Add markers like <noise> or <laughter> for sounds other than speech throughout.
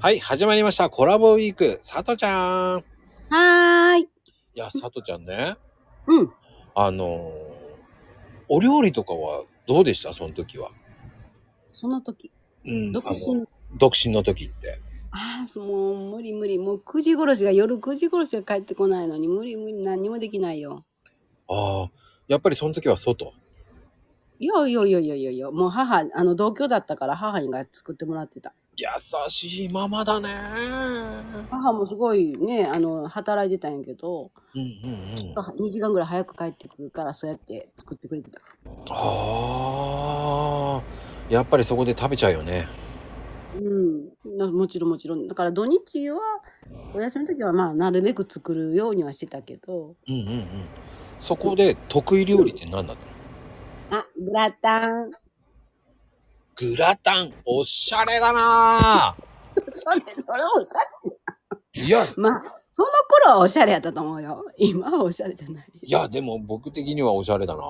はい、始まりました。コラボウィーク、さとちゃん。いはーい。や、さとちゃんね、うん。あのーお料理とかはどうでしたその時は。その時、うん独あの身。独身の時って。ああ、もう無理無理。もう9時頃しか、夜9時頃しか帰ってこないのに、無理無理。何もできないよ。ああ、やっぱりその時は外。いやいやいやいやいやいや、もう母、あの、同居だったから母が作ってもらってた。優しいママだね。母もすごいね、あの、働いてたんやけど、うんうんうん。あ2時間ぐらい早く帰ってくるから、そうやって作ってくれてた。あー、やっぱりそこで食べちゃうよね。うん。なもちろんもちろん。だから土日は、お休みの時はまあ、なるべく作るようにはしてたけど、うんうんうん。そこで得意料理って何だったのあ、グラタン。 <laughs> グラタン、おしゃれだなそれ、それおしゃれいや、まあ、その頃はおしゃれやったと思うよ。 <laughs> 今はおしゃれじゃない。いや、でも僕的にはおしゃれだな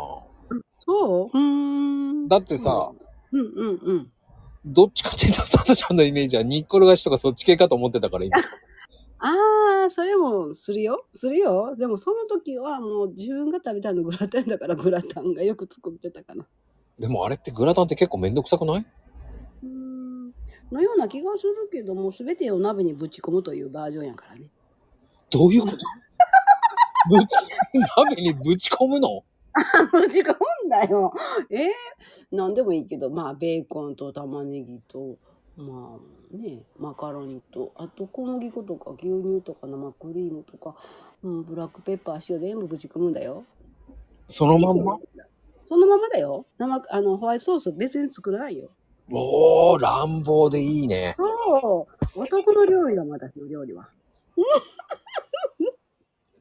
そううーん。だってさ、うんうんうん。どっちかって言ったらサトちゃんのイメージはニッコル菓子とかそっち系かと思ってたから <laughs> 今。ああ、それもするよ。するよ。でもその時はもう自分が食べたのグラタンだからグラタンがよく作ってたかな。でもあれってグラタンって結構めんどくさくないうーん。のような気がするけども、すべてを鍋にぶち込むというバージョンやからね。どういうことぶち、鍋にぶち込むのぶち込んだよ。えー、なんでもいいけど、まあ、ベーコンと玉ねぎと、まあね、マカロニと、あと小麦粉とか牛乳とか生クリームとか、うん、ブラックペッパー、塩全部ぶち込むんだよ。そのまんまそのままだよ。生、あの、ホワイトソース別に作らないよ。おー、乱暴でいいね。そう。男の料理だもん、私の料理は。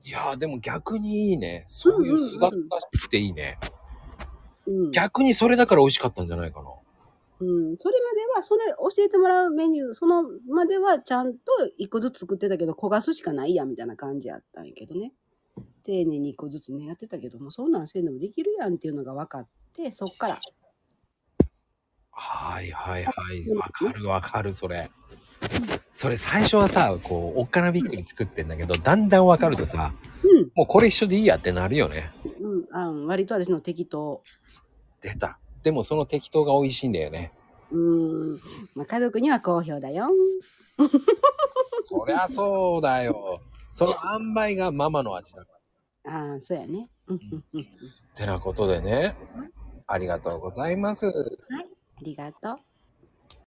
いやーでも逆にいいね。そういうすがすがしくていいね。うん。逆にそれだから美味しかったんじゃないかな。うん、それまでは、それ教えてもらうメニュー、そのまではちゃんと一個ずつ作ってたけど、焦がすしかないや、みたいな感じやったんやけどね。丁寧に一個ずつね、やってたけども、そんなんせんでもできるやんっていうのが分かって、そっから。はいはいはい。わかるわかる、それ。それ最初はさ、こう、おっかなびっくり作ってんだけど、だんだんわかるとさ、うん、もうこれ一緒でいいやってなるよね。うん、あん割と私の適当。出た。でもその適当が美味しいんだよね。うん、まあ、家族には好評だよ。そりゃそうだよ。その塩梅がママの味だか <laughs> ああ、そうやね。うん、うん、うん。ら。てなことでね、ありがとうございます。ありがとう。